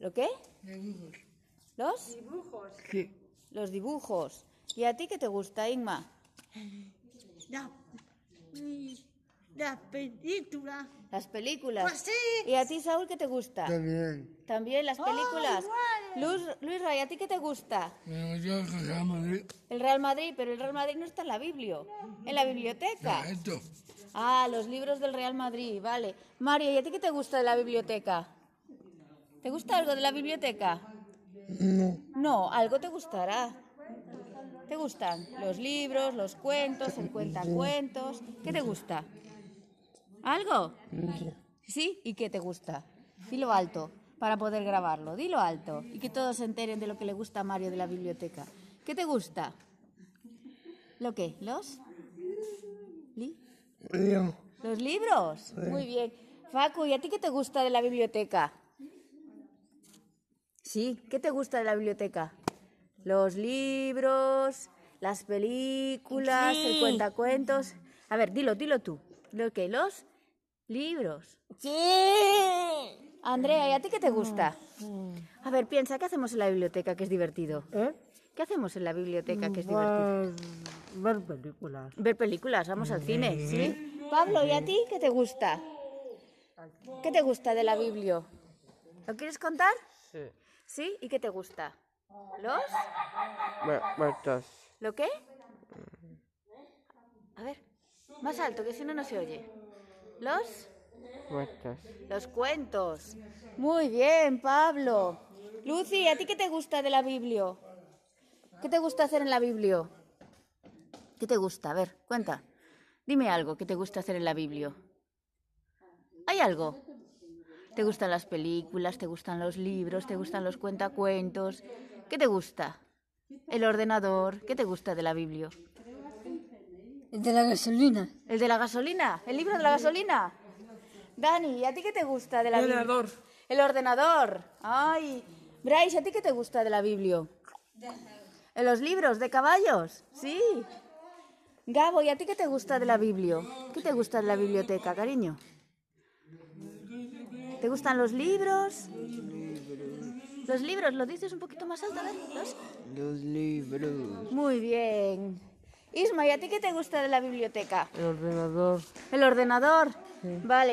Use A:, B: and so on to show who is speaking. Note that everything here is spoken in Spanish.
A: ¿Lo qué?
B: dibujos.
A: ¿Los?
B: Sí.
A: Los dibujos. ¿Y a ti qué te gusta, Inma?
C: La, la película.
A: Las películas.
C: Pues sí. Oh,
A: ¿Y a ti, Saúl, qué te gusta?
B: También.
A: También las películas.
C: igual.
A: Luis, Luis Ray, ¿a ti qué te gusta?
B: Pero yo que se llama de
A: El Real Madrid, pero el Real Madrid no está en la Biblia, en la biblioteca.
B: esto.
A: Ah, los libros del Real Madrid, vale. Mario, ¿y a ti qué te gusta de la biblioteca? ¿Te gusta algo de la biblioteca?
B: No.
A: No, algo te gustará. ¿Te gustan los libros, los cuentos, el cuentacuentos? ¿Qué te gusta? ¿Algo? ¿Sí? ¿Y qué te gusta? Dilo alto para poder grabarlo. Dilo alto y que todos se enteren de lo que le gusta a Mario de la biblioteca. ¿Qué te gusta? ¿Lo qué? ¿Los? ¿Li?
B: Yo.
A: ¿Los libros? Muy bien. Facu, ¿y a ti qué te gusta de la biblioteca? Sí, ¿qué te gusta de la biblioteca? Los libros, las películas, el cuentacuentos. A ver, dilo, dilo tú. ¿Lo que? ¿Los libros?
C: Sí.
A: Andrea, ¿y a ti qué te gusta? A ver, piensa, ¿qué hacemos en la biblioteca que es divertido?
C: ¿Eh? Pues,
A: ¿Qué hacemos en la biblioteca que es divertido?
C: ver películas. Mm.
A: Ver películas, vamos al cine, ¿sí? Pablo, ¿y a ti qué te gusta? ¿Qué te gusta de la Biblia? ¿Lo quieres contar?
D: Sí.
A: ¿Sí? ¿Y qué te gusta? ¿Los?
D: Ma- Martas.
A: ¿Lo qué? A ver, más alto, que si no, no se oye. ¿Los?
D: Martas.
A: Los cuentos. Muy bien, Pablo. Lucy, ¿a ti qué te gusta de la Biblia? ¿Qué te gusta hacer en la Biblia? ¿Qué te gusta? A ver, cuenta. Dime algo que te gusta hacer en la Biblia. ¿Hay algo? ¿Te gustan las películas? ¿Te gustan los libros? ¿Te gustan los cuentacuentos? ¿Qué te gusta? El ordenador. ¿Qué te gusta de la Biblia?
C: De la gasolina.
A: ¿El de la gasolina? ¿El libro de la gasolina? Dani, ¿y a ti qué te gusta de la Biblia? El ordenador. Ay. Bryce, ¿a ti qué te gusta de la Biblia? ¿En los libros de caballos? Sí. Gabo, ¿y a ti qué te gusta de la Biblia? ¿Qué te gusta de la biblioteca, cariño? ¿Te gustan los libros? Los libros, ¿lo dices un poquito más alto? A ver, los-
D: Los libros.
A: Muy bien. Isma, ¿y a ti qué te gusta de la biblioteca?
D: El ordenador.
A: El ordenador. Vale.